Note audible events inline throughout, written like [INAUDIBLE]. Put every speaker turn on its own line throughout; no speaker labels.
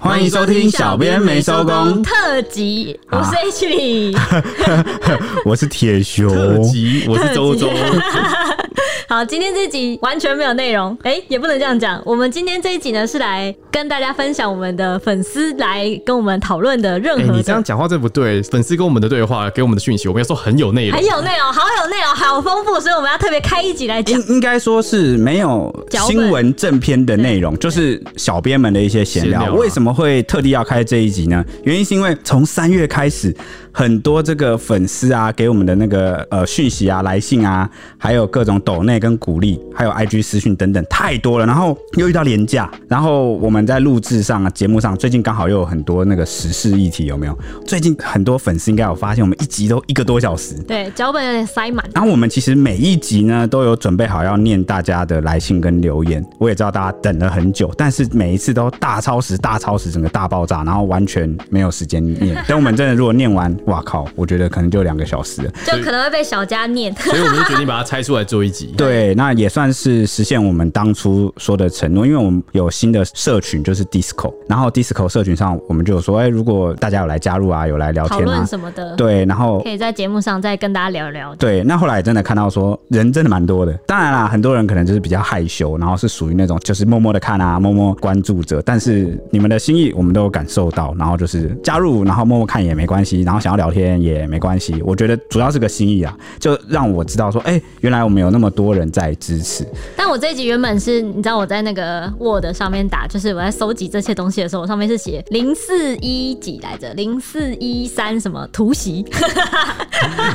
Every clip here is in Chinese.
欢迎收听小编没收工啊
特辑，我是 H 里。
[LAUGHS] 我是铁熊，
特辑，我是周周，
好，今天这集完全没有内容，哎、也不能这样讲。我们今天这一集呢，是来跟大家分享我们的粉丝来跟我们讨论的任
哎、
何
你
的
这样讲话这不对。粉丝跟我们的对话，给我们的讯息，我们要说很有内容
很。有内容，好有内容，好丰富，所以我们要特别开一集来讲
应。应该说是没有
脚本
新闻正片的内容，就是小编们的一些闲
闲
聊。
聊啊
为什么会特地要开这一集呢？原因是因为从三月开始，很多这个粉丝啊给我们的那个呃讯息啊、来信啊，还有各种抖内跟鼓励，还有 IG 私讯等等，太多了。然后又遇到廉价，然后我们在录制上啊、节目上，最近刚好又有很多那个时事议题，有没有？最近很多粉丝应该有发现，我们一集都一个多小时。
对，脚本有点塞满，
然后我们其实每一集呢都有准备好要念大家的来信跟留言，我也知道大家等了很久，但是每一次都大超时、大超时，整个大爆炸，然后完全没有时间念。等我们真的如果念完，哇靠，我觉得可能就两个小
[LAUGHS]
时了。
就可能会被小佳
[LAUGHS]
念。
所以我们就决定把它拆出来做一集。
对，那也算是实现我们当初说的承诺，因为我们有新的社群，就是 Disco，然后 Disco 社群上我们就有说，哎、如果大家有来加入啊，有来聊
讨
天
论
啊，
什么的，
对，然后
可以在节目上再跟大家聊聊。
对，那后来真的看到说人真的蛮多的，当然啦，很多人可能就是比较害羞，然后是属于那种就是默默的看啊，默默关注着。但是你们的心意我们都有感受到，然后就是加入，然后默默看也没关系，然后想要聊天也没关系。我觉得主要是个心意啊，就让我知道说，哎、原来我们有那么多人在支持。
但我这一集原本是，你知道我在那个 Word 上面打，就是我在搜集这些东西的时候，我上面是写零四一几来着，零四一三什么突袭， [LAUGHS]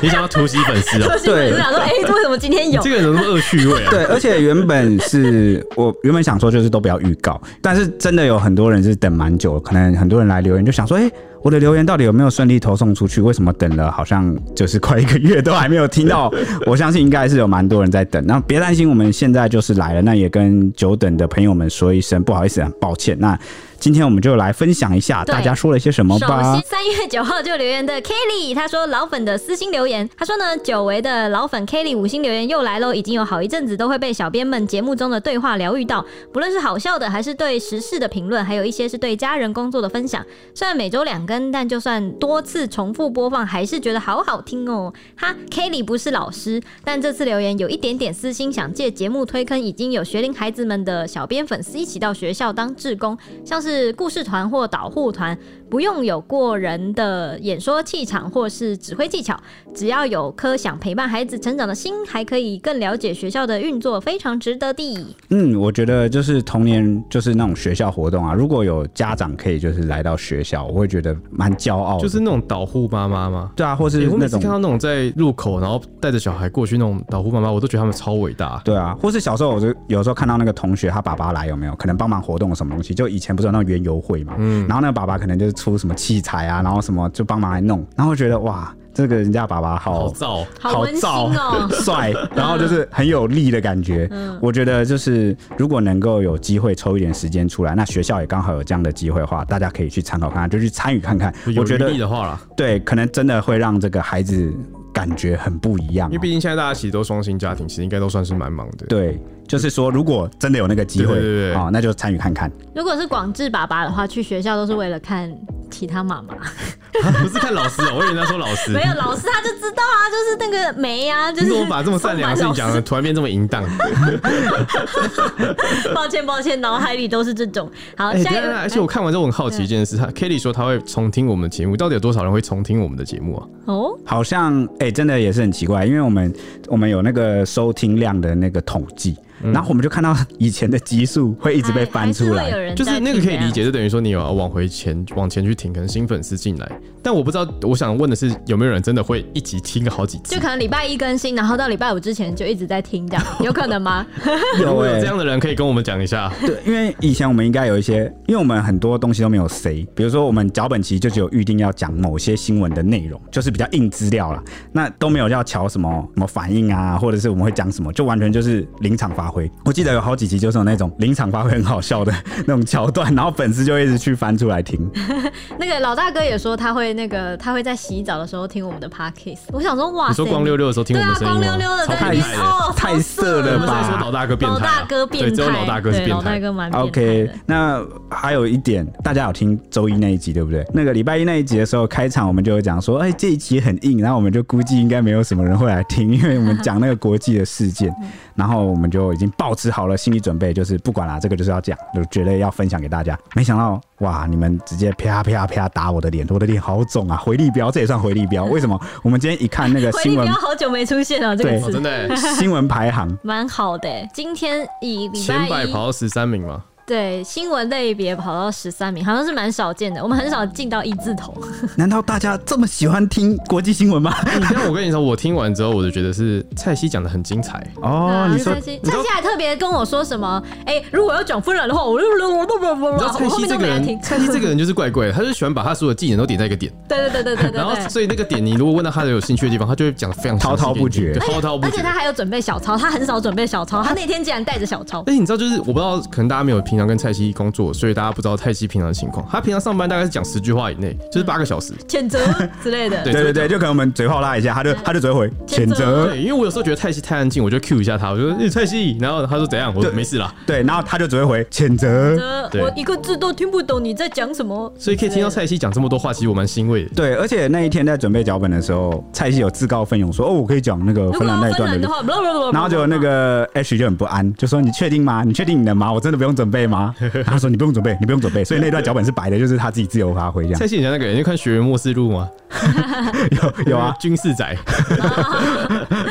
你想要突袭粉丝哦、
突袭我就想说，哎、为什么今天
你
有？
这个人怎么那么恶趣味啊？
对，而且原本是我原本想说就是都不要预告，但是真的有很多人是等蛮久了，可能很多人来留言就想说，哎、我的留言到底有没有顺利投送出去？为什么等了好像就是快一个月都还没有听到？我相信应该是有蛮多人在等。那别担心，我们现在就是来了，那也跟久等的朋友们说一声不好意思，很抱歉。那今天我们就来分享一下
对
大家说了些什么
首
吧
先，。三月九号就留言的 Kelly，他说老粉的私心留言，他说呢，久违的老粉 Kelly 五星留言又来喽，已经有好一阵子都会被小编们节目中的对话疗愈到，不论是好笑的，还是对时事的评论，还有一些是对家人工作的分享。虽然每周两更，但就算多次重复播放，还是觉得好好听哦。哈，Kelly 不是老师，但这次留言有一点点私心，想借节目推坑已经有学龄孩子们的小编粉丝一起到学校当志工，像是故事团或导护团，不用有过人的演说气场或是指挥技巧，只要有颗想陪伴孩子成长的心，还可以更了解学校的运作，非常值得的。
嗯，我觉得就是童年就是那种学校活动啊，如果有家长可以就是来到学校，我会觉得蛮骄傲的。
就是那种导护妈妈吗？
对啊，或
欸
是
我每
那
次
种、
看到那种在路口，然后带着小孩过去那种导护妈妈，我都觉得他们超伟大。
对啊，或是小时候我就有时候看到那个同学他爸爸来有没有可能帮忙活动什么东西？就以前不是有那种园游会嘛，
嗯
然后那个爸爸可能就是出什么器材啊，然后什么就帮忙来弄，然后我觉得哇，这个人家爸爸
好
好
燥，
哦好温馨哦 [LAUGHS]
帅，然后就是很有力的感觉。
嗯
我觉得就是如果能够有机会抽一点时间出来，那学校也刚好有这样的机会的话，大家可以去参考看看，就去参与看看。
有
我觉
余
得
力的话啦，
对，可能真的会让这个孩子感觉很不一样、啊
因为毕竟现在大家其实都双薪家庭，其实应该都算是蛮忙
[LAUGHS]
的。
对，就是说，如果真的有那个机会，
对对对
哦，那就参与看看。
如果是广智爸爸的话，去学校都是为了看其他妈妈，
不是看老师哦、我以为人家说老师
没。有老师他就知道啊，就是那个梅啊，就
你
是
怎么把这么善良的
[LAUGHS]
事情讲的突然变这么淫荡？
抱歉抱歉，脑海里都是这种。好，
哎、
下
等
一
一下
个，
而且我看完之后我很好
嗯
奇一件事，他 Kelly 说他会重听我们的节目，到底有多少人会重听我们的节目啊？
哦，
好像哎、真的也是很奇怪，因为我们我们有那个收听量的那个统计，
嗯
然后我们就看到以前的集数哎会一
一
直被翻出来。
就是那个可以
啊
理解，就等于说你有往回前往前去听，可能新粉丝进来，但我不知道，我想问的是有没有人真的会一集听个好几次
就？可能礼拜一更新，然后到礼拜五之前就一直在听，
[LAUGHS]
这样有可能吗？
如
有
果有
哎、
这样的人，可以跟我们讲一下。
对，因为以前我们应该有一些，因为我们很多东西都没有 say，比如说我们脚本其实就只有预定要讲某些新闻的内容，就是比较硬资料啦，那都没有要瞧什么什么反应啊，或者是我们会讲什么，就完全就是临场发挥。我记得有好几集就是有那种临场发挥很好笑的那种桥段，然后粉丝就一直去翻出来听。
那个老大哥也说他会那个，他会在洗澡的时候听我们的 podcast。我想说，哇塞，
你说光溜溜的时候听
对
我们
啊
的，声音
光
吗？
溜溜的
超
在那
变态
边
的。
哦，
太色了
好
我们
色
在
吧
说老大哥变态
老
啊，
大哥变态，
对，只有老大哥是
对
变
老大
态。
哥蛮变态
OK，
的。
那还有一点，大家有听周一那一集对不对？那个礼拜一那一集的时候，开场我们就有讲说，哎、这一集很硬，然后我们就估计应该没有什么人会来听，因为我们讲那个国际的事件，然后我们就已经抱持好了心理准备，就是不管啦、这个就是要讲，就绝对要分享给大家。没想到哇，你们直接啪啪啪打我的脸，我的脸好肿啊！回力镖，这也算回力镖？为什么？我们今天一看那个
回
新
力
闻
标好久没出现了，这个
对
哦，
字
真的欸，
新闻排行，
蛮好的欸。今天以礼
前
拜
百
一
跑到十三名嘛，
对新闻类别跑到十三名，好像是蛮少见的。我们很少进到一字头，
难道大家这么喜欢听国际新闻吗？
你看，我跟你说，我听完之后，我就觉得是蔡西讲的很精彩。
哦，
那
你说
蔡西，蔡西还特别跟我说什么？哎、如果要讲芬兰的话，我就我不不不不，
你知道
我
蔡
后
西
面
这
都
个
没来
人
听，。
蔡西这个人就是怪怪的，他就喜欢把他所有技能都点在一个点，
对对对对对对
然后
对。
所以那个点你如果问到他有兴趣的地方，他就会讲得非常详细
滔滔不绝
给你听对滔滔不
哎而
绝
且。他还有准备小抄，他很少准备小抄，
[LAUGHS]
他那天竟然带着小抄。
但是哎你知道，就是我不知道，可能大家没有平常跟蔡西工作，所以大家不知道蔡西平常的情况。他平常上班大概是讲十句话以内，就是八个小时。
[LAUGHS]
谴责之类的。
对
对对对，就可能我们嘴炮拉一下，他就他就只会回
谴
谴
责
责，
对，因为我有时候觉得蔡西太安静，我就 Q 一下他，我就说、欸、蔡西，然后他说怎样，我说
对
没事啦。
对，然后他就只会回谴责。
呃
对
我一个字都听不懂你在讲什么，
所以可以听到蔡西讲这么多话，其实我蛮欣慰的。
对，而且那一天在准备脚本的时候，蔡西有自告奋勇说：“哦，我可以讲那个
如
芬
果
兰
要
那一
芬
段
兰的话，然
然后就那个 H 就很不安，就说：“你确定吗？你确定你能吗？我真的不用准备
[LAUGHS]
吗？”然后他说：“你不用准备，你不用准备。”所以那段脚本是白的，就是他自己自由发挥这
[LAUGHS]
蔡
样。
西，你像那个人，你就看《学员末世录》吗？，
有有啊
军事
[LAUGHS]
仔，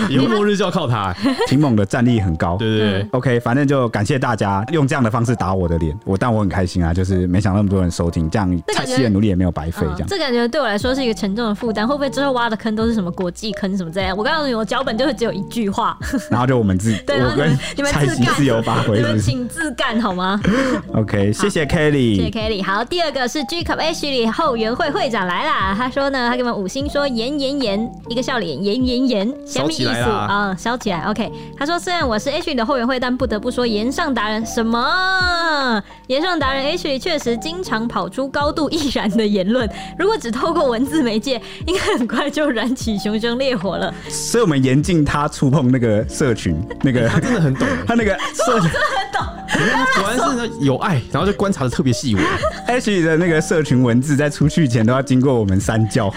以后末日就要靠他、欸。
挺猛的，战力很高。
对对对，
OK，反正就感谢大家用这样的方式打我的脸，我但我很开心啊，就是没想到那么多人收听，这样
这
蔡
感觉
西的努力也没有白费这样。
嗯这感觉对我来说是一个沉重的负担。会不会之后挖的坑都是什么国际坑什么之类的？我告诉你，我脚本就是只有一句话，
[LAUGHS] 然后就我们自己，
[LAUGHS] 对然后
我跟
你们
蔡西
自干
自由发挥，
[LAUGHS] 你
是不
们
是
请自干好吗？
OK，谢谢 Kelly，
谢谢 Kelly。好，第二个是 G Cup H 里后援会会长来啦，他说呢，他给我们五星说严严严，一个笑脸严严严，
烧起来啦
啊、嗯烧起来。OK，他说虽然我是 H 里的后援会，但不得不说岩上达人什么岩上达人 H 里确实经常跑出高度易燃的言论，如果只透过文字媒介，应该很快就燃起熊熊烈火了。
所以我们严禁他触碰那个社群，那
[LAUGHS] 嗯
个
他真的很懂欸、
他那个社群
果然是呢有爱，然后就观察的特别细微，
H [LAUGHS] 的那个社群文字，在出去前都要经过我们三
[LAUGHS]
教。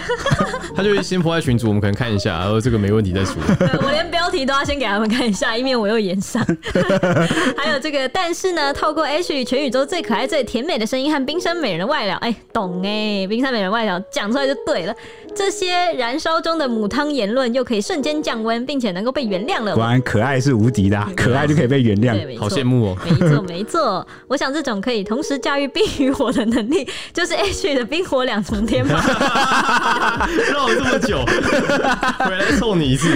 他就会先抛在群组，我们可能看一下，然后这个没问题再说。
对我连标题都要先给他们看一下，以免我又延
[LAUGHS]
上。还有这个，但是呢，透过 H 里全宇宙最可爱、最甜美的声音和冰山美人的外表，哎，懂哎，冰山美人外表讲出来就对了。这些燃烧中的母汤言论，又可以瞬间降温，并且能够被原谅了
果。然，可爱是无敌的啊、可爱就可以被原
对，
谅。
[LAUGHS] 没错
好羡。慕哦、
没错，没错，我想这种可以同时驾驭冰与火的能力，就是 H 的冰火两重天
[LAUGHS]
吧。
绕了这
[LAUGHS]
么久，回来送你一次。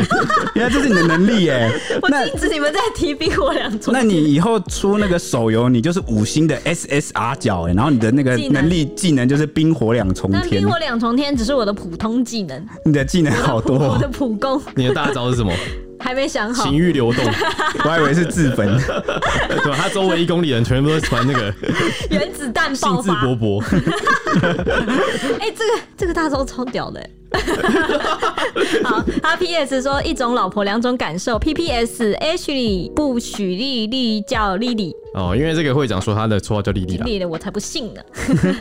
原来这是你的能力耶、
[LAUGHS] 我
那
禁止你们再提冰火两重
那
天。
你以后出那个手游，你就是五星的 SSR 角、欸，然后你的那个
技能
能力技能就是冰火两重
但
天
冰，火两重天只是我的普通技能，
你的技能好多
我
哦、
的普攻
你的大招是什么？
还没想好
情。欲
[LAUGHS]
流动，
我还以为是自焚。 [LAUGHS]
对吧？他周围一公里人全部都传那个
原子弹
兴
爆
致
发，
勃勃，
哎、这个这个大招超屌的、欸。 [LAUGHS] 好，他 PS 说一种老婆两种感受，PPS H 里不许丽丽叫丽丽，
哦，因为这个会长说他的绰号叫莉莉
经
啦。
历了我才不信呢。 [LAUGHS]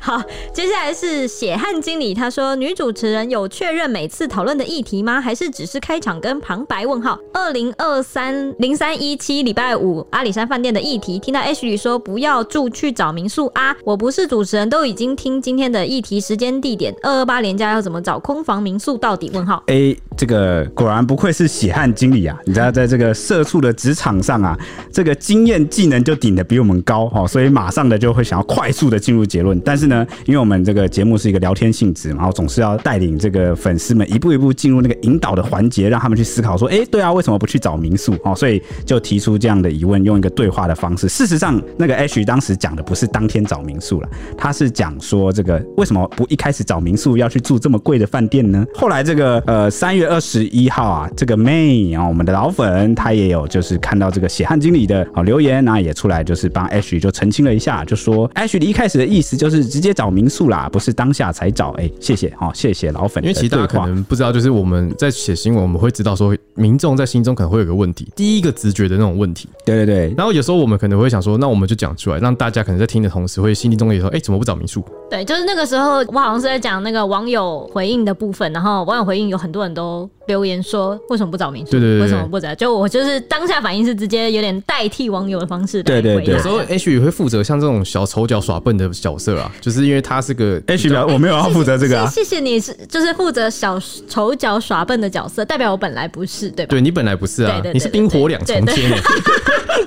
好，接下来是血汗经理，他说女主持人有确认每次讨论的议题吗？还是只是开场跟旁白问号？二零二三零三一七礼拜五阿里山饭店的议题，听到 H 里说不要住去找民宿啊，我不是主持人，都已经听今天的议题时间地点二二八连假要怎么找空房民宿到底？问号。
哎、这个果然不愧是血汗经理啊！你知道，在这个社畜的职场上啊，这个经验技能就顶得比我们高哦，所以马上的就会想要快速的进入结论。但是呢，因为我们这个节目是一个聊天性质嘛，然后总是要带领这个粉丝们一步一步进入那个引导的环节，让他们去思考说，哎、对啊，为什么不去找民宿哦？所以就提出这样的疑问，用一个对话的方式。事实上，那个 H 当时讲的不是当天找民宿了，他是讲说这个为什么不一开始找民宿要去住这么贵的饭店呢？后来这个呃三月二十一号啊，这个 May 啊，我们的老粉他也有就是看到这个血汗经理的啊留言，那也出来就是帮 Ash 就澄清了一下，就说 Ash 一开始的意思就是直接找民宿啦，不是当下才找。哎、谢谢哦，谢谢老粉
因为
的
其实大
对
家可
话。
能不知道，就是我们在写新闻，我们会知道说，民众在心中可能会有个问题，第一个直觉的那种问题。
对对对，
然后有时候我们可能会想说，那我们就讲出来，让大家可能在听的同时，会心里中也说，哎、怎么不找民宿？
对，就是那个时候，我好像是在讲那个网友回应的部分，然后网友回应有很多人都留言说，为什么不找民宿？
对对对对
为什么不找？就我就是当下反应是直接有点代替网友的方式来
对对
回答
对
有时候 H 也会负责像这种小丑角耍笨的角色啊，就是因为他是个
H 表我没有要负责这个啊，
谢谢谢你是就是负责小丑角耍笨的角色，代表我本来不是，对吧？
对你本来不是啊
对对对，
你是冰火两重
对
天、
[LAUGHS]
欸，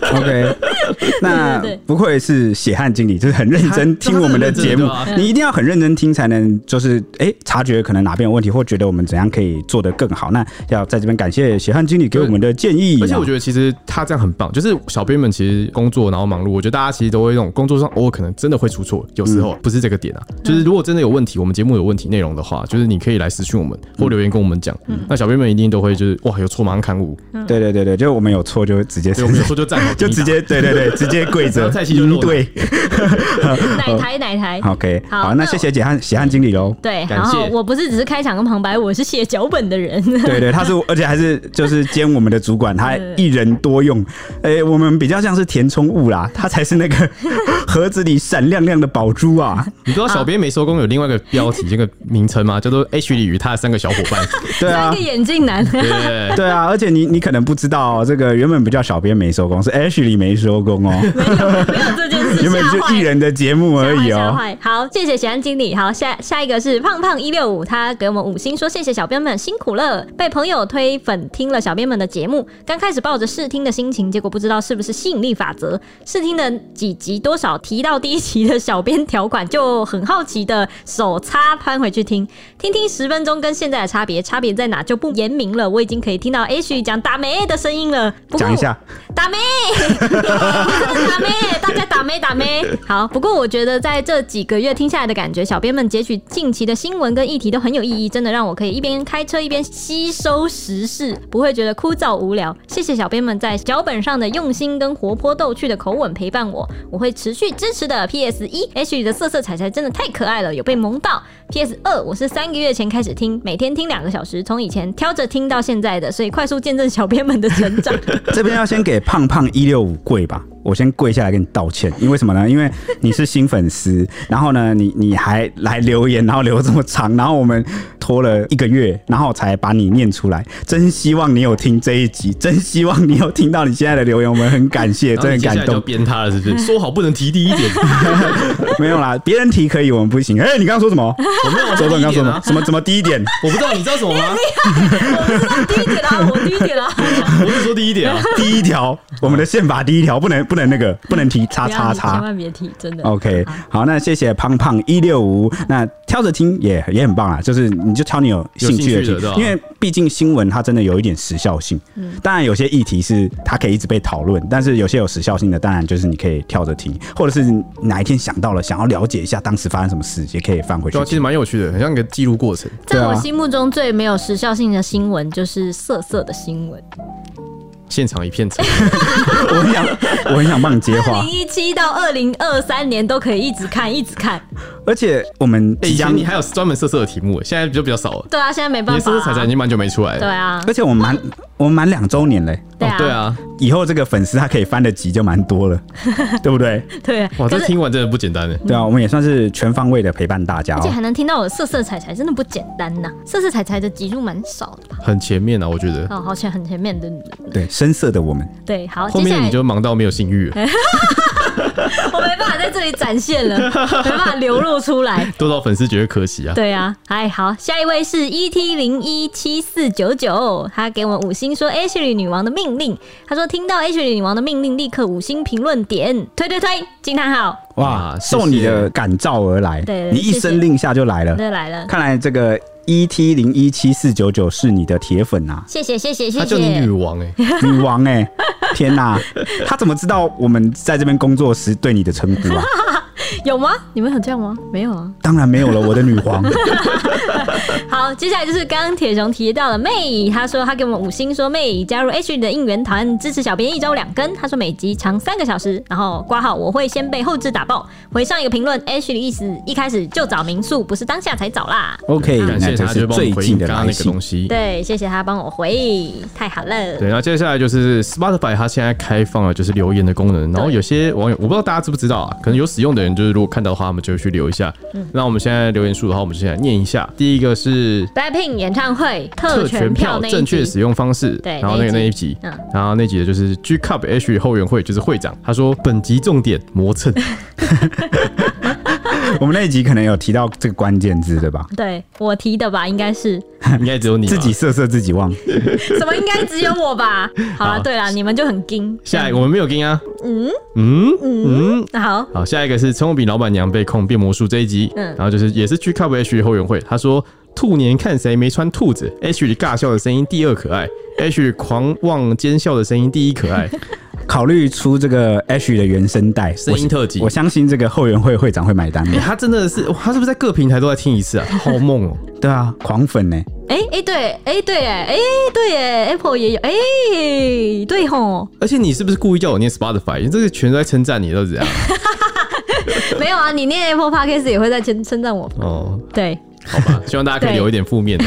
[LAUGHS]
OK，那
对对对
不愧是血汗经理，就是很认
[LAUGHS]
真
他
听我们的节目
他真的很认真，
你一定要很认真听，才能就是哎、诶察觉可能哪边有问题，或觉得我们怎样可以做得更好。那要在这边感谢血汗经理给我们的建议。啊
而且我
得
觉得其实他这样很棒，就是小编们其实工作然后忙碌，我觉得大家其实都会那种工作上偶尔可能真的会出错，有
嗯
时候不是这个点啊，就是如果真的有问题，我们节目有问题内容的话，就是你可以来私讯我们或留言跟我们讲，
嗯
那小编们一定都会就是哇有错马上刊物，
对对对对，就是我们有错就直接
对，我们有错就站好
[LAUGHS] 就直接对对对，直接跪
然 [LAUGHS]
着
后蔡奇就
嗯
落了
对
奶台奶台。
，OK，
好
好，那
那
谢谢血汗血汗经理喽。
对，
感
然后
谢
我不是只是开场跟旁白，我是写脚本的人。
[LAUGHS] 对对，他是，而且还是就是兼我们的主管，他一人多用。哎、我们比较像是填充物啦，他才是那个 [LAUGHS] 盒子里闪亮亮的宝珠啊。
你知道小编没收工有另外一个标题这个名称吗？叫做 H 里与他的三个小伙
[LAUGHS]
伴，
对
三
啊
个，眼镜男， [LAUGHS]
对对对。
对啊，而且你你可能不知道、哦，这个原本不叫小编没收工，是 Ashley 没收工哦，
没有这件事，
原本
吓
就
坏
一人的节目而已
吓坏吓
哦。
坏好，谢谢喜欢经理。好，下下一个是胖胖一六五，他给我们五星说谢谢小编们辛苦了。被朋友推粉听了小编们的节目，刚开始抱着试听的心情，结果不知道是不是吸引力法则，试听的几集多少提到第一集的小编条款，就很好奇的手 [LAUGHS] 擦翻回去听，听听十分钟跟现在的差别，差别在哪就不言明了。我已经可以听到 H 讲打梅的声音了。不过
讲一下，
打妹，打妹，大家打妹打妹。好，不过我觉得在这几个月听下来的感觉，小编们截取近期的新闻跟议题都很有意义，真的让我可以一边开车一边吸收时事，不会觉得枯燥无聊。谢谢小编们在脚本上的用心跟活泼逗趣的口吻陪伴我，我会持续支持的。P.S. 一 H 里的色色彩彩真的太可爱了，有被萌到。P.S. 二我是三个月前开始听，每天听两个小时，从以前挑着听到现在的，所以快速见证小编们的成长。
[LAUGHS] 这边要先给胖胖一六五跪吧，我先跪下来跟你道歉，因为什么呢？因为你是新粉丝，然后呢，你你还来留言，然后留这么长，然后我们拖了一个月，然后才把你念出来。真希望你有听这一集，真希望你有听到你现在的留言，我们很感谢，
然后
欸真的
你接下来
感
就要
动。
编他了，是不是？说好不能提第一点，
没有啦，别人提可以，我们不行。哎、你刚刚说什么？
我没有
周
第
董
一
刚说
点
什
啊
么？，什么什么第一点？
我不知道，你知道什么吗？
低一点啦，我低一点啦。
我只 [LAUGHS] 说第一点啊，
第一条，我们的宪法第一条不能不能那个不能提叉
啊
叉
不要你千
叉。
万别提，真
哦
的。
OK，好，那谢谢胖胖一六五，那挑着听也也很棒啊，就是你就挑你有兴趣
有兴趣的
的
对吧啊
听，因为毕竟新闻它真的有一点时效性。
嗯
当然有些议题是它可以一直被讨论，但是有些有时效性的，当然就是你可以跳着听，或者是哪一天想到了想要了解一下当时发生什么事，也可以翻回去
对啊，其实
听。
蛮有趣的，很像一个记录过程。
在我心目中最没有时效性的新闻就是色色的新闻。
现场一片沉默。
我很想，我很想帮你接
二
话
[LAUGHS] 零，一七到二零二三年都可以一直看，一直看。
而且我们
哎
即
[LAUGHS] 以
将
前你还有专门色色的题目，欸现在就比较少了。
对啊，现在没
你
办
的
法、
色色彩彩已经蛮久没出来
对
了。
啊，
而且我们满我们满两周年嘞，
对啊，
哦对，啊，
以后这个粉丝他可以翻的集就蛮多了，对不
[LAUGHS]
对？
对。
哇，
可
这
是
听完真的不简单欸呢。
对啊，我们也算是全方位的陪伴大家
而且还
哦。
能听到我的色色彩彩，真的不简单呐、色色彩彩的集数蛮少的吧？
很前面啊，我觉得。
哦，好像很前面的女人。
对，深色的我们，
对，好，
后
接下
面
来
你就忙到没有性欲了，
我没办法在这里展现
[LAUGHS]
了，没办法流露出来。
多少粉丝觉得可惜 [LAUGHS] 啊。
对啊，哎，好，下一位是 E T 零一七四九九，他给我们五星说 H 女女王的命令，他说听到 H 女女王的命令，立刻五星评论点，推推推，惊叹号，
哇，
哇谢谢
受你的感召而来，
对对
你一
谢谢
声令下就来了。
这来了，，
看来这个 ET 零一七四九九是你的铁粉啊
[LAUGHS] 谢谢谢谢
他
谢
叫你女
谢，
王 [LAUGHS] 哎，
女王哎、天哪、他怎么知道我们在这边工作时对你的称呼
[LAUGHS]
啊？
有吗？你们有这样吗？没有啊。 [LAUGHS]
当然没有了，我的女皇。
好，好，接下来就是刚刚铁熊提到了妹，他说他给我们五星，说妹加入 H 的应援团，支持小编一周两更。他说每集长三个小时，然后挂号我会先被后置打爆。回上一个评论，H 的意思一开始就找民宿，不是当下才找啦。
OK，
感
那
谢
这
他，
是
就帮我
最
们回
近
应
的
刚刚
来
那个
信
东。西。
对，谢谢他帮我回，太好了。
对，那接下来就是 Spotify，它现在开放了就是留言的功能，然后有些网友我不知道大家知不知道啊，可能有使用的人就是如果看到的话，他们就会去留一下。那我们现在留言数的话，我们就先来念一下。第一个是
Blackpink 演唱会特
特
权
权
票
票
那一
正确
集，
使用方式，
对
然后那个
那
那
一
一
集
集，
嗯
然后那集的就是 G Cup H 后援会就是会长，他说本集重点磨蹭， [LAUGHS]
我们那一集可能有提到这个关键字，对
[LAUGHS]
吧？
对我提的吧，应该是
应该只有你吧
自己。色色自己忘。
什么？应该只有我吧？好了，
好
对了，你们就很精。
下一个我们没有跟啊，
嗯
嗯嗯。
那好，
好，下一个是葱饼老板娘被控变魔术这一集，
嗯
然后就是也是 G Cup H 后援会，他说兔年看谁没穿兔子，H 尬笑的声音第二可爱，H 狂妄奸笑的声音第一可
[LAUGHS]
爱，
考虑出这个 H 的原声带
声音特辑
我我相信这个后援会会长会买单
欸
的。
他真的是，哇他是不是在各平台都在听一次啊？好梦哦、
对啊，狂粉呢、
哎哎对，哎对哎哎对哎，Apple 也有，哎对吼，
而且你是不是故意叫我念 Spotify？这个全都在称赞你，都是这样
没有啊，你念 Apple Podcast 也会在称称赞我，
哦。
对，
好吧，希望大家可以
对
留一点负面的，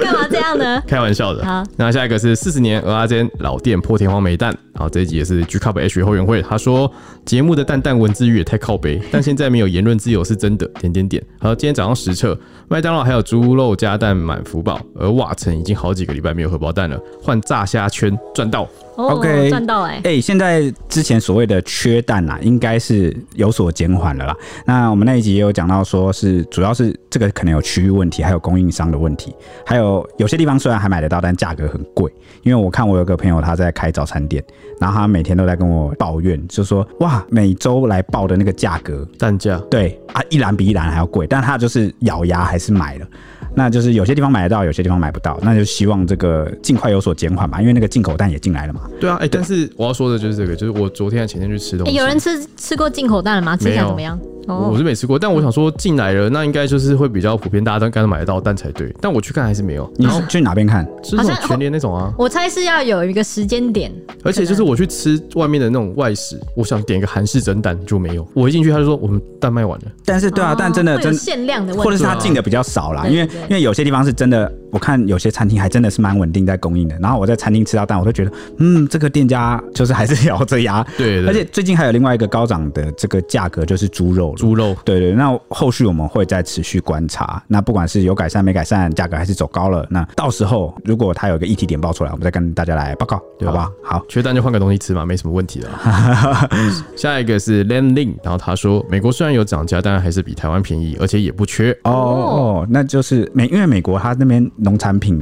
干嘛这样呢？
开玩笑的。
好
那下一个是四十年鹅阿煎老店破天荒没蛋，好，这一集也是 G Cup H 后援会，他说节目的蛋蛋文字狱也太靠背， [LAUGHS] 但现在没有言论自由是真的，点点点。好，今天早上实测，麦当劳还有猪肉加蛋满福宝，而瓦城已经好几个礼拜没有荷包蛋了，换炸虾圈赚到。
哦
OK
赚到哎、
哎、现在之前所谓的缺蛋啦、应该是有所减缓了啦。那我们那一集也有讲到，说是主要是这个可能有区域问题，还有供应商的问题，还有有些地方虽然还买得到，但价格很贵。因为我看我有个朋友他在开早餐店，然后他每天都在跟我抱怨，就说哇，每周来报的那个价格
蛋价
对啊，一篮比一篮还要贵，但他就是咬牙还是买了。那就是有些地方买得到，有些地方买不到，那就希望这个尽快有所减缓嘛，因为那个进口蛋也进来了嘛。
对啊，哎、但是我要说的就是这个，就是我昨天还前天去吃东
哎
西，
有人吃吃过进口蛋了吗？吃起
没
来
有
怎么样？
我
哦
是没吃过，但我想说进来了，那应该就是会比较普遍，大家都应该都买得到蛋才对。但我去看还是没有，
你去哪边看？
是那
好
种
像
全联那种啊，
我猜是要有一个时间点，
而且就是我去吃外面的那种外食，我想点一个韩式蒸蛋就没有，我一进去他就说我们蛋卖完了，
但是对啊，
哦
但真的
会有
真，
限量的问题，
或者是他
对啊
进的比较少啦，
对
因为
对
因为有些地方是真的，我看有些餐厅还真的是蛮稳定在供应的。然后我在餐厅吃到蛋，我都觉得，嗯，这个店家就是还是咬着牙。
对
而且最近还有另外一个高涨的这个价格，就是猪肉了。
猪肉
对对，那后续我们会再持续观察。那不管是有改善没改善，价格还是走高了，那到时候如果它有一个议题点爆出来，我们再跟大家来报告，
对
好
啊
不好？好，
缺蛋就换个东西吃嘛，没什么问题的啦。
[LAUGHS]
下一个是 Len Lin，然后他说美国虽然有涨价，但还是比台湾便宜，而且也不缺。
哦哦，那就是美，因为美国它那边农产品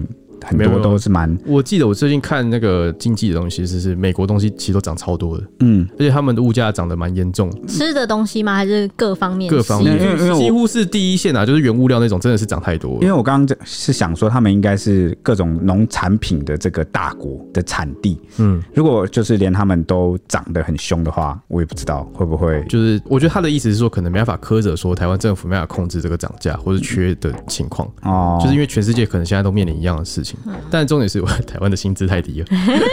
很
没有没
多
有
都是蛮，
我记得我最近看那个经济的东西，是是美国东西其实都涨超多的，
嗯，
而且他们的物价涨得蛮严重，
吃的东西吗？还是各方面？
各方
因
面
为因为
几
我。
乎是第一线啊，就是原物料那种真的是涨太多
因
了。
为我刚刚是想说，他们应该是各种农产品的这个大国的产地。
嗯，
如果就是连他们都涨得很凶的话，我也不知道会不会
就是我觉得他的意思是说，可能没办法苛责说台湾政府没办法控制这个涨价或者缺的情况，
哦，
就是因为全世界可能现在都面临一样的事情。
嗯
但重点是我台湾的薪资太低
[LAUGHS]
了，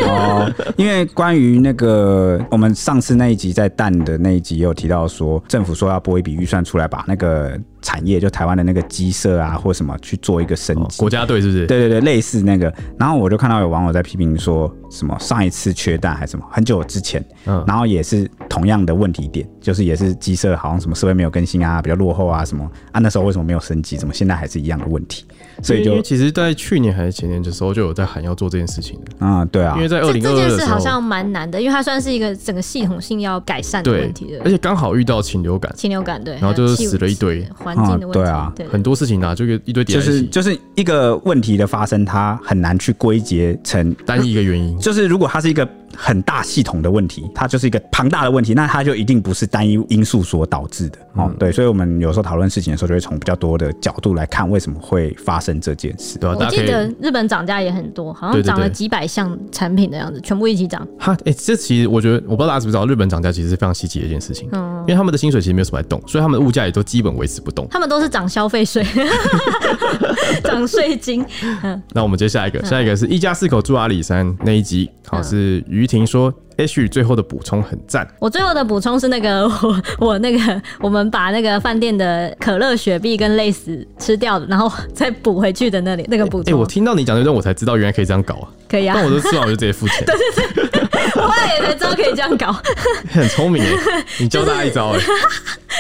哦， [LAUGHS] 因为关于那个我们上次那一集在蛋的那一集也有提到说，政府说要拨一笔预算出来，把那个产业就台湾的那个鸡舍啊或什么去做一个升
哦
级。
国家队是不是？
对对对，类似那个，然后我就看到有网友在批评说什么上一次缺蛋还是什么，很久之前，
嗯
然后也是同样的问题点，就是也是鸡舍好像什么设备没有更新啊，比较落后啊什么啊，那时候为什么没有升级，怎么现在还是一样的问题？所以
因
就
为其实，在去年还是前年的时候就有在喊要做这件事情的，
啊、对啊
因，为在二
这
零二
嗯这
二
件
的
事
时
好
候，
像蛮难的，因为它算是一个整个系统性要改善的问
对
题，
而
的
且刚好遇到禽流感，
禽流感，对，
然后就是
还有
死了一堆
气环境的问题，
啊对啊
对对
很多事情啊，就一个一堆叠
就
在一
是
起，
就是一个问题的发生，它很难去归结成。
单一一个原因。
嗯
就是如果它是一个很大系统的问题，它就是一个庞大的问题，那它就一定不是单一因素所导致的
嗯
哦。对，所以我们有时候讨论事情的时候，就会从比较多的角度来看为什么会发生这件事。
对吧、
我
啊大家可
记得
以
日本涨价也很多，好像
对对
涨了
对
几百项产品的样子，全部一起涨。
哈，哎、这其实我觉得我不知道大家知不知道，日本涨价其实是非常稀奇的一件事情，
嗯
因为他们的薪水其实没有什么在动，所以他们的物价也都基本维持不动。
他们都是涨消费税， [LAUGHS] 涨税金。
那我们接下
嗯
一个，下一个是一家四口住阿里山那一集，好是于婷说 H 最后的补充很赞，
我最后的补充是那个 [LAUGHS] 我我那个我们把那个饭店的可乐、雪碧跟类似吃掉的，然后再补回去的那里那个补
哎、
充
我，听到你讲这段，我才知道原来可以这样搞啊，
可以啊 [LAUGHS]
但。我都吃完我就直接付钱，
我后来也才知道可以这样搞，
很聪明哎、你教大家一招哎、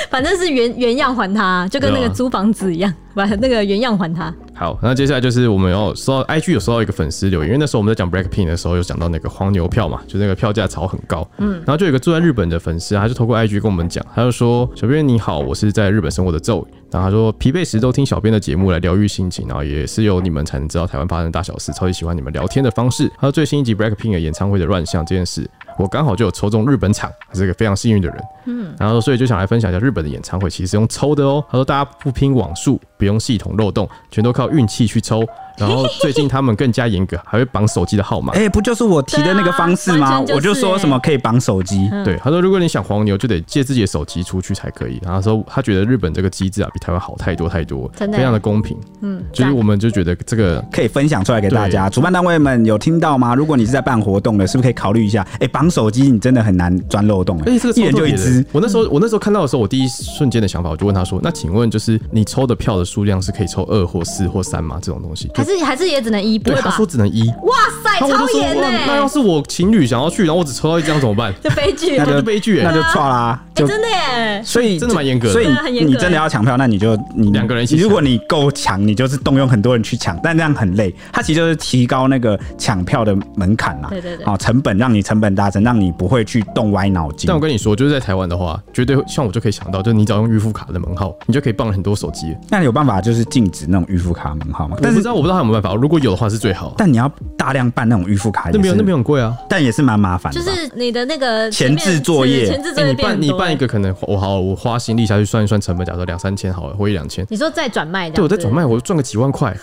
反正是原原样还他，就跟那个
对啊
租房子一样，把那个原样还他。
好，那接下来就是我们有收到 IG 有收到一个粉丝留言，因为那时候我们在讲 Blackpink 的时候，有讲到那个黄牛票嘛，就是那个票价炒很高。嗯，然后就有一个住在日本的粉丝啊，他就透过 IG 跟我们讲，他就说：“小编你好，我是在日本生活的咒语。”然后他说：“疲惫时都听小编的节目来疗愈心情，然后也是有你们才能知道台湾发生的大小事，超级喜欢你们聊天的方式。”还有最新一集 Blackpink 的演唱会的乱象这件事，我刚好就有抽中日本场，是个非常幸运的人。嗯，然后所以就想来分享一下日本的演唱会，其实是用抽的哦。他说大家不拼网速，不用系统漏洞，全都靠运气去抽。然后最近他们更加严格，还会绑手机的号码。
哎、不就是我提的那个方式
对啊
吗？
完全就是
我就说什么可以绑手机。
对，他说如果你想黄牛，就得借自己的手机出去才可以。啊然后他说他觉得日本这个机制啊，比台湾好太多太多，
真的
非常的公平。嗯，就是我们就觉得这个
可以分享出来给大家，主办单位们有听到吗？如果你是在办活动的，是不是可以考虑一下？哎、绑手机你真的很难钻漏洞、
而
哎，
且这个
一人
超特
就一
别的
只。
我那时候我那时候看到的时候，我第一瞬间的想法，我就问他说：“那请问就是你抽的票的数量是可以抽二或四或三吗？这种东西？”
还是还是也只能一不
对，
会
他
吧
说？只能一。
哇塞，
然后我
超
就说
严欸哎
哇
呢、
那要是我情侣想要去，然后我只抽到一张怎么办？
这悲剧
那
啊，
就悲剧
那
哎。
就错啦，
哎
就
真的耶！
所以
真的蛮严格的
所以
对啊很严格
你真的要抢票，那你就你
两个人一起抢
如果你够强，你就是动用很多人去抢，但这样很累。它其实就是提高那个抢票的门槛啦，
对对对
哦，成本让你成本大增，让你不会去动歪脑筋
但。我跟你说，就是在台湾的话，绝对像我就可以想到，就是你只要用预付卡的门号，你就可以办很多手机。
那你有办法就是禁止那种预付卡门号吗？
我
但
不
是
知道，我不知道他有没有办法。如果有的话是
[LAUGHS]
最好。
但你要大量办那种预付卡，
那没有，
也是
那没有，很贵啊。
但也是蛮麻烦的
就
吧。
是你的那个
前
前面
置作业
前置作
哎
业
你
变很多
办
欸
你办一个可能我好，我花心力下去算一算成本，假如说两三千好了，或一两千。
你说再转卖的，
对，我在转卖，我赚个几万块，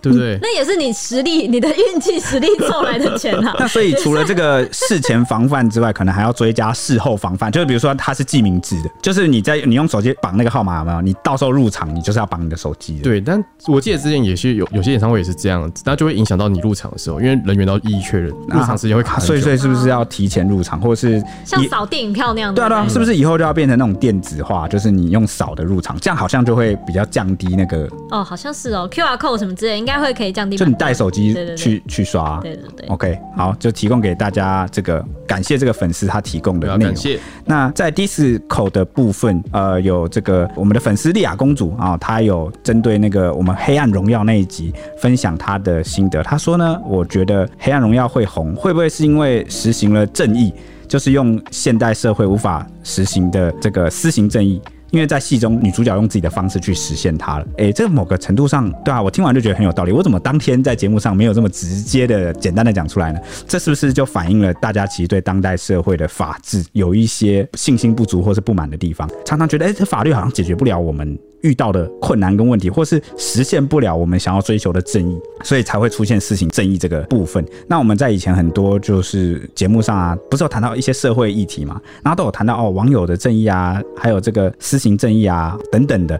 对不对？
[LAUGHS] 那也是你实力、你的运气、实力凑来的钱
[LAUGHS]
啊。
那所以除了这个事前防范之外，可能还要追加事后防范，就是比如说它是记名制的，就是你在你用手机绑那个号码有没有？你到时候入场，你就是要绑你的手机的。
对，但我记得之前也是有有些演唱会也是这样，子，那就会影响到你入场的时候，因为人员都一一确认，入
啊，
场时间会卡
啊
很
所以
久
所以是不是要提前入场，或者是
像
以
扫嗯电影票那样的，
对啊对啊，是不是以后就要变成那种电子化，就是你用扫的入场，这样好像就会比较降低那个，
哦，好像是哦，QR code 什么之类，应该会可以降低
就
蛮
你
多。
带手机
对对对
去去刷。
对对对，
OK，好，就提供给大家这个，感谢这个粉丝他提供
对
的
啊，
内容
感。谢。
那在 disco 的部分，呃，有这个我们的粉丝莉亚公主啊、她有针对那个我们《黑暗荣耀》那一集分享她的心得。她说呢，我觉得《黑暗荣耀》会红，会不会是因为实行了正义，就是用现代社会无法实行的这个私刑正义？因为在戏中，女主角用自己的方式去实现它了。诶，这某个程度上，对啊，我听完就觉得很有道理。我怎么当天在节目上没有这么直接的、简单的讲出来呢？这是不是就反映了大家其实对当代社会的法治有一些信心不足或是不满的地方？常常觉得，诶，这法律好像解决不了我们遇到的困难跟问题，或是实现不了我们想要追求的正义，所以才会出现事情正义这个部分。那我们在以前很多就是节目上啊，不是有谈到一些社会议题嘛，然后都有谈到哦网友的正义啊，还有这个私刑正义啊等等的。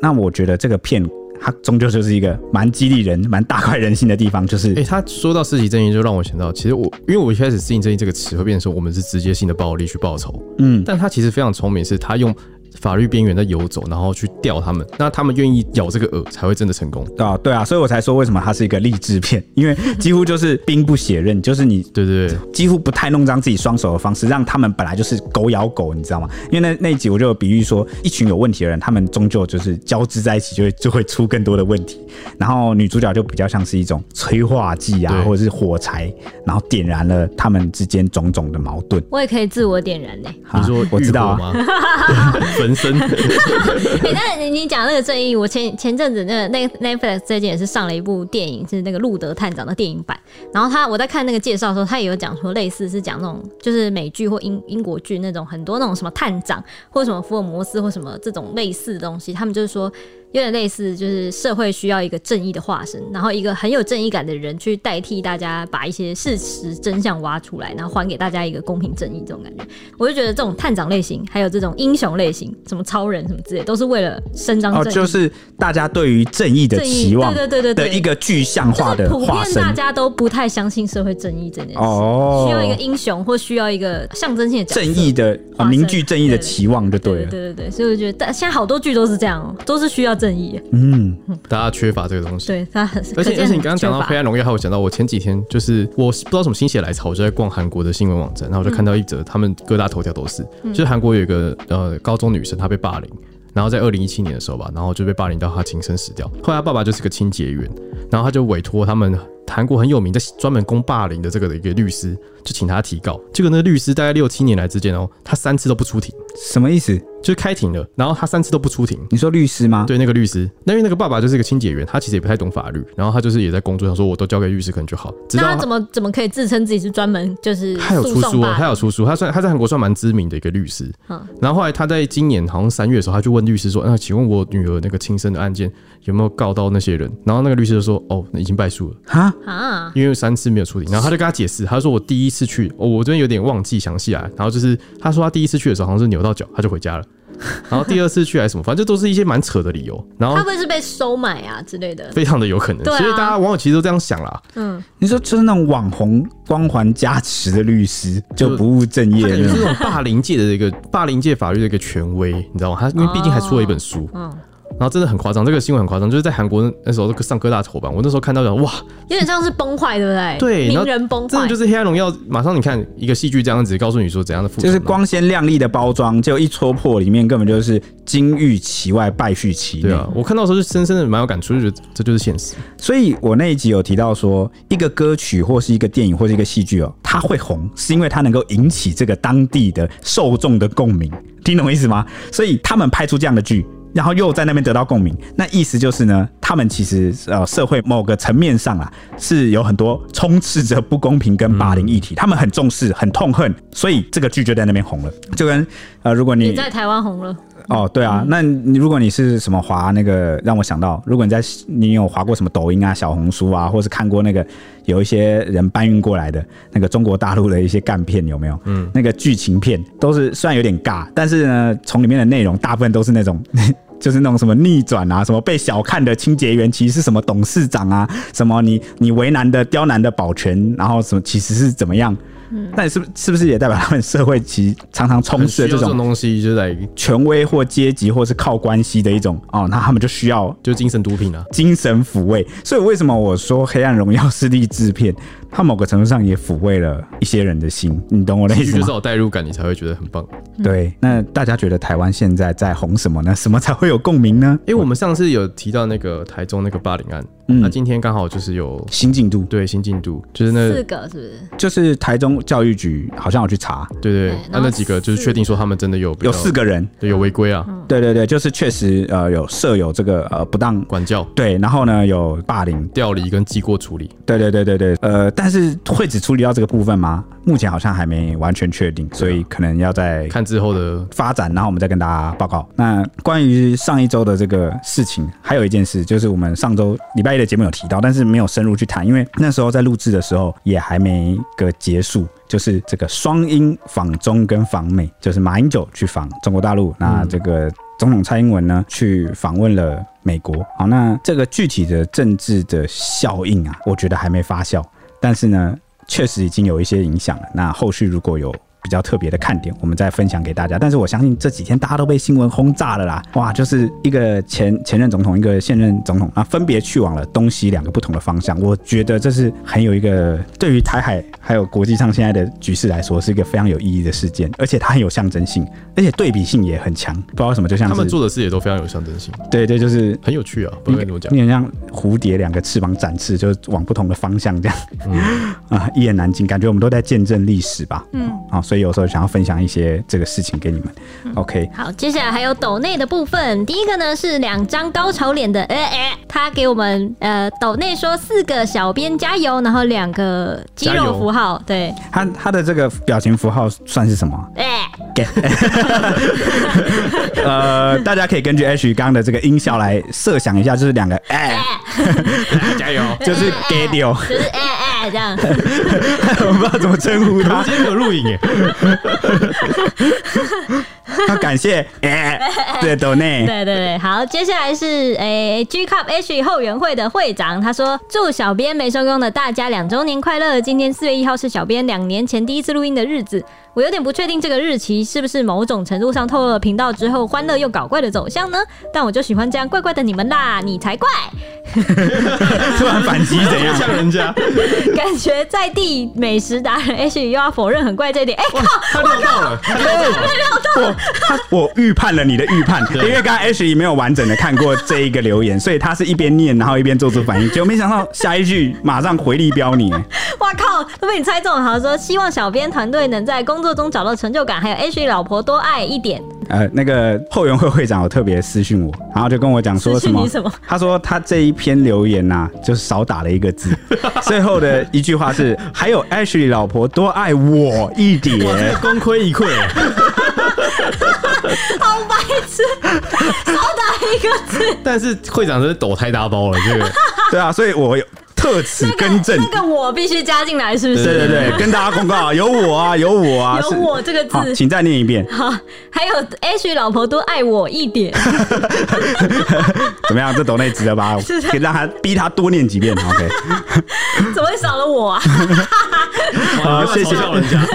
那我觉得这个片它终究就是一个蛮激励人、蛮大快人心的地方，就是
哎、他说到私情正义，就让我想到，其实我因为我一开始“私情正义”这个词会变成说我们是直接性的暴力去报仇，
嗯
但他其实非常聪明，是他用法律边缘在游走，然后去钓他们，那他们愿意咬这个饵才会真的成功。
啊，对啊，所以我才说为什么它是一个励志片，因为几乎就是兵不血刃，就是你
对对对，
几乎不太弄脏自己双手的方式，让他们本来就是狗咬狗，你知道吗？因为那那一集我就有比喻说，一群有问题的人，他们终究就是交织在一起，就会就会出更多的问题。然后女主角就比较像是一种催化剂啊
对，
或者是火柴，然后点燃了他们之间种种的矛盾。
我也可以自我点燃呢。
啊
你说 [LAUGHS]
我知道
欲火
啊，
吗？神身。 [LAUGHS]
哎、但你你讲那个正义，我前前阵子那个那 Netflix 最近也是上了一部电影，是那个路德探长的电影版。然后他我在看那个介绍的时候，他也有讲说，类似是讲那种就是美剧或英英国剧那种很多那种什么探长或什么福尔摩斯或什么这种类似的东西，他们就是说有点类似，就是社会需要一个正义的化身，然后一个很有正义感的人去代替大家把一些事实真相挖出来，然后还给大家一个公平正义这种感觉。我就觉得这种探长类型，还有这种英雄类型，什么超人什么之类，都是为了伸张
哦，
正义。
就是大家对于正义的
正义
期望，
对对对对对
的一个具象化
就是
的
普遍
化身
大家都不太相信社会正义这件事，
哦，
需要一个英雄或需要一个象征性的角色
正义的
化
啊，
身
凝聚正义的期望就对
对
了。
对对对，所以我觉得但现在好多剧都是这样哦，都是需要正义。
嗯，
大家缺乏这个东西。
对他很，
而
[LAUGHS] 可
且
见
而且你刚刚讲到
很缺乏
黑暗荣耀，还有讲到我前几天就是我不知道什么心血来潮，我就在逛韩国的新闻网站，然后我就看到一则他们各大头条都是，
嗯
就是韩国有一个呃高中女生她被霸凌。然后在二零一七年的时候吧，然后就被霸凌到她轻生死掉。后来她爸爸就是个清洁员，然后他就委托他们韩国很有名的专门攻霸凌的这个的一个律师，就请他提告。结果那个律师大概六七年来之间哦，他三次都不出庭，
什么意思？
就是开庭了，然后他三次都不出庭，
你说律师吗？
对那个律师，那因为那个爸爸就是一个清洁员，他其实也不太懂法律，然后他就是也在工作上说，我都交给律师可能就好。直
那
到
他怎么怎么可以自称自己是专门就是
他有出
诉讼
书哦，
吧
他有出书，他算他在韩国算蛮知名的一个律师。
嗯
然后后来他在今年好像三月的时候，他就问律师说：“那请问我女儿那个亲生的案件有没有告到那些人？”然后那个律师就说：“哦，那已经败诉了，
啊，
啊？
因为三次没有出庭。”然后他就跟他解释，他说：“我第一次去，哦、我这边有点忘记详细啊。”然后就是他说他第一次去的时候好像是扭到脚，他就回家了。然后第二次去还是什么，反正就都是一些蛮扯的理由。然后
他会不会是被收买啊之类的？
非常的有可能，
对啊
所以大家网友其实都这样想啦。
嗯，
你说就是那种网红光环加持的律师，就不务正业
他感觉
那
是
种。
那种霸凌界的一个 [LAUGHS] 霸凌界法律的一个权威，你知道吗？他因为毕竟还出了一本书，
嗯，
然后真的很夸张，这个新闻很夸张，就是在韩国那时候上各大头版，我那时候看到讲哇，
有点像是崩坏，对不对？
对然
名
后
人崩
真
坏
的就。是《黑暗荣耀》，马上你看一个戏剧这样子告诉你说怎样的复仇，
就是光鲜亮丽的包装，结果一戳破，里面根本就是金玉其外，败絮其内
对。啊，我看到的时候就深深的蛮有感触，就觉得这就是现实。
所以我那一集有提到说，一个歌曲或是一个电影或是一个戏剧哦，它会红，是因为它能够引起这个当地的受众的共鸣，听懂我意思吗？所以他们拍出这样的剧。然后又在那边得到共鸣，那意思就是呢，他们其实呃社会某个层面上啊是有很多充斥着不公平跟霸凌议题，他们很重视、很痛恨，所以这个剧就在那边红了。就跟呃，如果
也
你
在台湾红了，
哦，对
嗯
啊，那你如果你是什么滑那个，让我想到，如果你在你有滑过什么抖音啊、小红书啊，或是看过那个有一些人搬运过来的那个中国大陆的一些干片，有没有？嗯，那个剧情片都是虽然有点尬，但是呢，从里面的内容大部分都是那种 [LAUGHS] 就是那种什么逆转啊，什么被小看的清洁员其实是什么董事长啊，什么你你为难的刁难的保全，然后什么其实是怎么样？嗯，那你是不是是不是也代表他们社会其实常常充
很
斥
需
着
要
啊这
这
种
种东西，就是来
权威或阶级，或是靠关系的一种哦，那他们就需要
就是精神毒品啊，
精神抚慰。所以为什么我说《黑暗荣耀》是励志片，它某个程度上也抚慰了一些人的心，你懂我的意
戏剧
思
就是
吗？
有代入感，你才会觉得很棒。
对，那大家觉得台湾现在在红什么呢？什么才会有共鸣呢？
因为我们上次有提到那个台中那个霸凌案，
嗯
那今天刚好就是有
新进度
对新进度，就是那
四个是不是？
就是台中教育局好像有去查，
对对
对，
那
然后
那几个就是
四
确定说他们真的有比
有
较
四个人，
对有违规啊，
嗯
对对对，就是确实呃有设有这个呃不当。
管教、
对，然后呢有霸凌，
调离跟记过处理。
对对对对对，呃，但是会只处理到这个部分吗？目前好像还没完全确定，所以可能要再
看之后的
发展，然后我们再跟大家报告。那关于上一周的这个事情，还有一件事，就是我们上周礼拜一的节目有提到，但是没有深入去谈，因为那时候在录制的时候也还没个结束。就是这个双英访中跟访美，就是马英九去访中国大陆，那这个总统蔡英文呢去访问了美国。好，那这个具体的政治的效应啊，我觉得还没发酵，但是呢，确实已经有一些影响了。那后续如果有比较特别的看点，我们再分享给大家。但是我相信这几天大家都被新闻轰炸了啦，哇，就是一个前前任总统，一个现任总统，啊，分别去往了东西两个不同的方向。我觉得这是很有一个对于台海还有国际上现在的局势来说，是一个非常有意义的事件，而且它很有象征性，而且对比性也很强。不知道为什么，就像
他们
是
做的事也都非常有象征性，
对对，就是
很有趣啊，不知道该怎么讲
你。很像蝴蝶两个翅膀展翅，就是 [LAUGHS] 往不同的方向这样。啊，一言难尽，感觉我们都在见证历史吧。嗯，啊，所以。所以有时候想要分享一些这个事情给你们。OK，
好，接下来还有抖内的部分。第一个呢是两张高潮脸的，哎、哎、他给我们呃抖内说四个小编加油，然后两个肌
加
肉
油
符号，对，
他他的这个表情符号算是什
[LAUGHS]
么啊？
哎、
呃，大家可以根据 H 刚的这个音效来设想一下，就是两个哎，
[LAUGHS] 加油！
[LAUGHS] 就是给丢，
就是哎哎、这样。
我不知道怎么称呼
我
他
[LAUGHS] 们。今天没啊有录影耶，
他感谢哎，对抖内，
[LAUGHS] 对对对，好，接下来是诶、G Cup H 后援会的会长，他说祝小编没收工的大家两周年快乐。今天四月一号是小编两年前第一次录音的日子，我有点不确定这个日期是不是某种程度上透露了频道之后欢乐又搞怪的走向呢？但我就喜欢这样怪怪的你们啦，你才怪，
突然反击 [LAUGHS] 怎样？
呛
[LAUGHS]
人家，
感觉在地美食达人 H 又要否认很怪这一点，哎、
他料到了，他料到了，
我他我预判了你的预判，因为刚刚 H 没有完整的看过这一个留言，所以他是一边念然后一边做出反应，结果没想到下一句马上回力标你。
哇靠！都被你猜中了。好说，希望小编团队能在工作中找到成就感，还有 H 老婆多爱一点。
呃，那个后援会会长有特别私讯我，然后就跟我讲说
私
什
讯
么？
你什么
他说他这一篇留言呐、就是少打了一个
[LAUGHS]
字，最后的一句话是“还有 Ashley 老婆多爱我一点
哇，这个功亏一篑耶。
好白痴，少打一个字。
[LAUGHS] 但是会长真的抖太大包了，这个”，
对啊，所以我有特此更正。
那个我必须加进来，是不
对
是？
对对，跟大家公告，有我啊，有我
[LAUGHS]
啊，
有
是
我这个字
好，请再念一遍，
好，还有 H 老婆多爱我一点， [LAUGHS]
怎么样？这抖内值得吧？
[LAUGHS] 是的
可以让他逼他多念几遍。OK，
怎么会少了我啊？
[LAUGHS]
哇
好，
你
谢
干
谢
嘛嘲笑人
[LAUGHS]
家。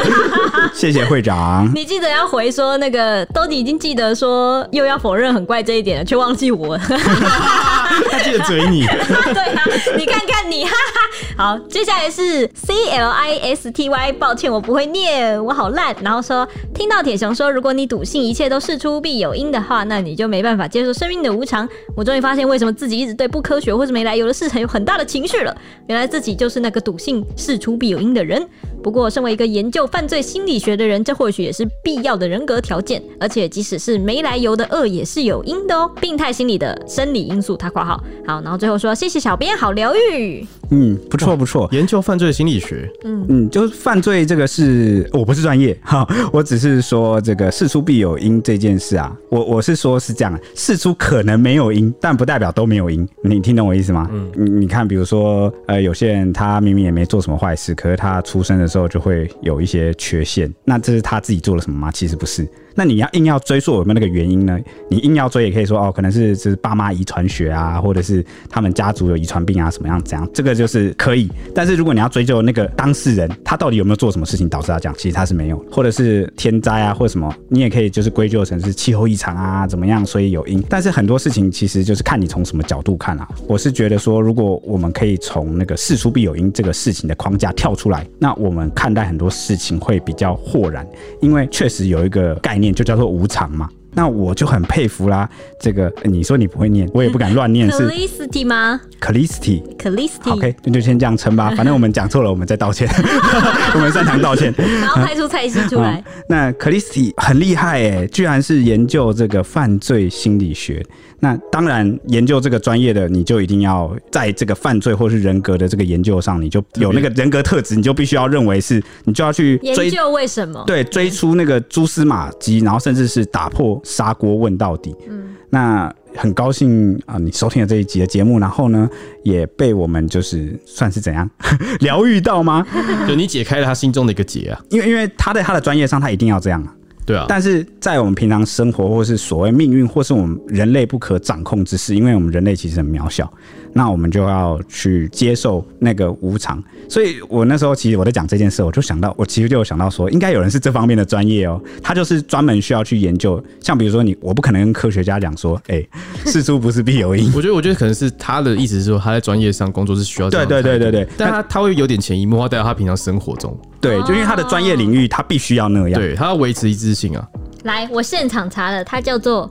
谢谢会长。
你记得要回说那个都已经记得说又要否认很怪这一点了， [LAUGHS] 却忘记我。
他记得嘴你，
对啊，你看看你，哈哈。好，接下来是 C L I S T Y，抱歉我不会念，我好烂。然后说，听到铁熊说，如果你笃信一切都事出必有因的话，那你就没办法接受生命的无常。我终于发现为什么自己一直对不科学或是没来由的事情有很大的情绪了， [LAUGHS] 原来自己就是那个笃信事出必有因的人。不过，身为一个研究犯罪心理学的人，这或许也是必要的人格条件。而且，即使是没来由的恶，也是有因的哦。病态心理的生理因素，他括号好，然后最后说谢谢小编，好疗愈。
嗯，不错不错。
研究犯罪心理学，
嗯，就是犯罪这个是哦我不是专业 [LAUGHS] 哈，我只是说这个事出必有因这件事啊，我我是说是这样，事出可能没有因，但不代表都没有因，你听懂我意思吗？嗯，你你看，比如说呃，有些人他明明也没做什么坏事，可是他出生的时候就会有一些缺陷，那这是他自己做了什么吗？其实不是。那你要硬要追溯有没有那个原因呢？你硬要追也可以说哦，可能是就是爸妈遗传学啊，或者是他们家族有遗传病啊，什么样怎样，这个就是可以。但是如果你要追究那个当事人他到底有没有做什么事情导致他这样，其实他是没有，或者是天灾啊或者什么，你也可以就是归咎成是气候异常啊怎么样，所以有因。但是很多事情其实就是看你从什么角度看啊。我是觉得说，如果我们可以从那个事出必有因这个事情的框架跳出来，那我们看待很多事情会比较豁然，因为确实有一个概念就叫做无常嘛。那我就很佩服啦，这个呃你说你不会念，我也不敢乱
[LAUGHS]
念，是
Felicity 吗
Calisti。
？Felicity，
OK，那就先这样称
[LAUGHS]
吧，反正我们讲错了，我们再道歉， [LAUGHS] 我们擅长道歉。
然后派出蔡西出来
嗯。那 Calisti 很厉害诶，居然是研究这个犯罪心理学。那当然，研究这个专业的，你就一定要在这个犯罪或是人格的这个研究上，你就有那个人格特质，你就必须要认为是，你就要去追
研究为什么？
对，追出那个蛛丝马迹，然后甚至是打破砂锅问到底。嗯，那很高兴啊、你收听了这一集的节目，然后呢，也被我们就是算是怎样 [LAUGHS] 疗愈到吗？
嗯
就你解开了他心中的一个结啊，
因为因为他在他的专业上，他一定要这样啊。
对啊，。
但是在我们平常生活，或是所谓命运，或是我们人类不可掌控之事，因为我们人类其实很渺小，那我们就要去接受那个无常。所以我那时候其实我在讲这件事，我就想到，我其实就有想到说，应该有人是这方面的专业哦，他就是专门需要去研究。像比如说你，我不可能跟科学家讲说， [LAUGHS] 哎、事出不是必有因
我觉得，我觉得可能是他的意思是说，他在专业上工作是需要这
对
样的
对对
态
对
度
对，
但他他会有点潜移默化带到他平常生活中，
对，就因为他的专业领域，他必须要那样。
对他要维持一致性啊。
[LAUGHS] 来，我现场查了，它叫做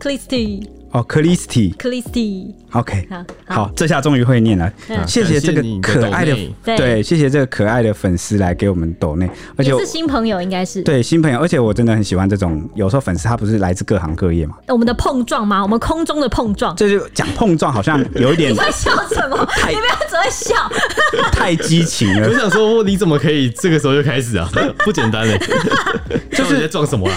Clisty。
哦 c l i s t y
Christy，
OK，
好好
好，这下终于会念了
嗯，
谢谢这个
感谢你的
可爱的
抖内，
对
对，谢谢这个可爱的粉丝来给我们抖内，而且
也
我
是新朋友，应该是
对新朋友，而且我真的很喜欢这种，有时候粉丝他不是来自各行各业嘛，
我们的碰撞吗？我们空中的碰撞。
这就讲碰撞好像有一点
你在笑什么？你不要只会笑，
太激情
我
了，
想说，你怎么可以这个时候就开始啊？ [LAUGHS] 不简单嘞、就是你在撞什么啊？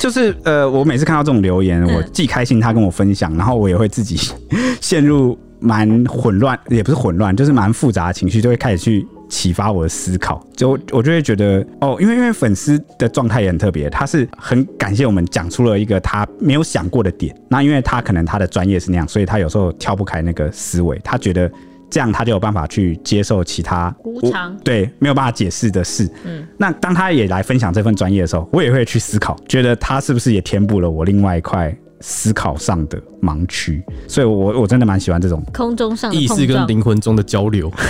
就是呃，我每次看到这种留言，
嗯
我既开心他跟我分享，然后我也会自己 [LAUGHS] 陷入蛮混乱，也不是混乱，就是蛮复杂的情绪，就会开始去。启发我的思考，就我就会觉得哦，因为因为粉丝的状态也很特别，他是很感谢我们讲出了一个他没有想过的点。那因为他可能他的专业是那样，所以他有时候跳不开那个思维，他觉得这样他就有办法去接受其他
无
我
常
对没有办法解释的事。
嗯
那当他也来分享这份专业的时候，我也会去思考，觉得他是不是也填补了我另外一块思考上的盲区。所以我，我真的蛮喜欢这种。
空中上
意
的
识
碰
跟
撞。
灵魂中的交流，
[LAUGHS]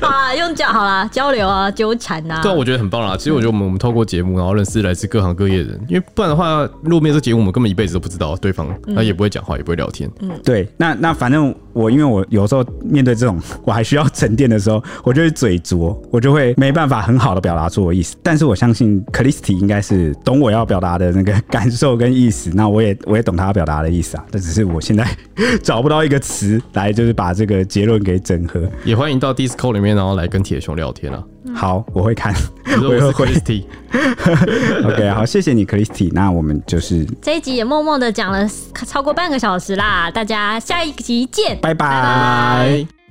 好啦，用交好啦，交流啊，纠缠啊。
对啊，我觉得很棒啦。其实我觉得我们我们透过节目，然后认识来自各行各业的人，因为不然的话，路面这节目我们根本一辈子都不知道对方，那也不会讲话，也不会聊天。
对，那那反正我因为我有时候面对这种我还需要沉淀的时候，我就会嘴拙，我就会没办法很好的表达出我意思。但是我相信 c h r i s t y 应该是懂我要表达的那个感受跟意思，那我也 [LAUGHS] 我也懂他要表达的意思啊。这只是我现在 [LAUGHS] 找不到一个词来，就是把这个结论给整合。
也欢迎到 Discord 里面，然后来跟铁熊聊天啊。
好，我会看， [LAUGHS]
你
我
说 [LAUGHS] 我
也
是
会回
Christy，
OK，好，谢谢你 c h r i s t y 那我们就是
这一集也默默的讲了超过半个小时啦，大家下一集见。
拜拜。
拜。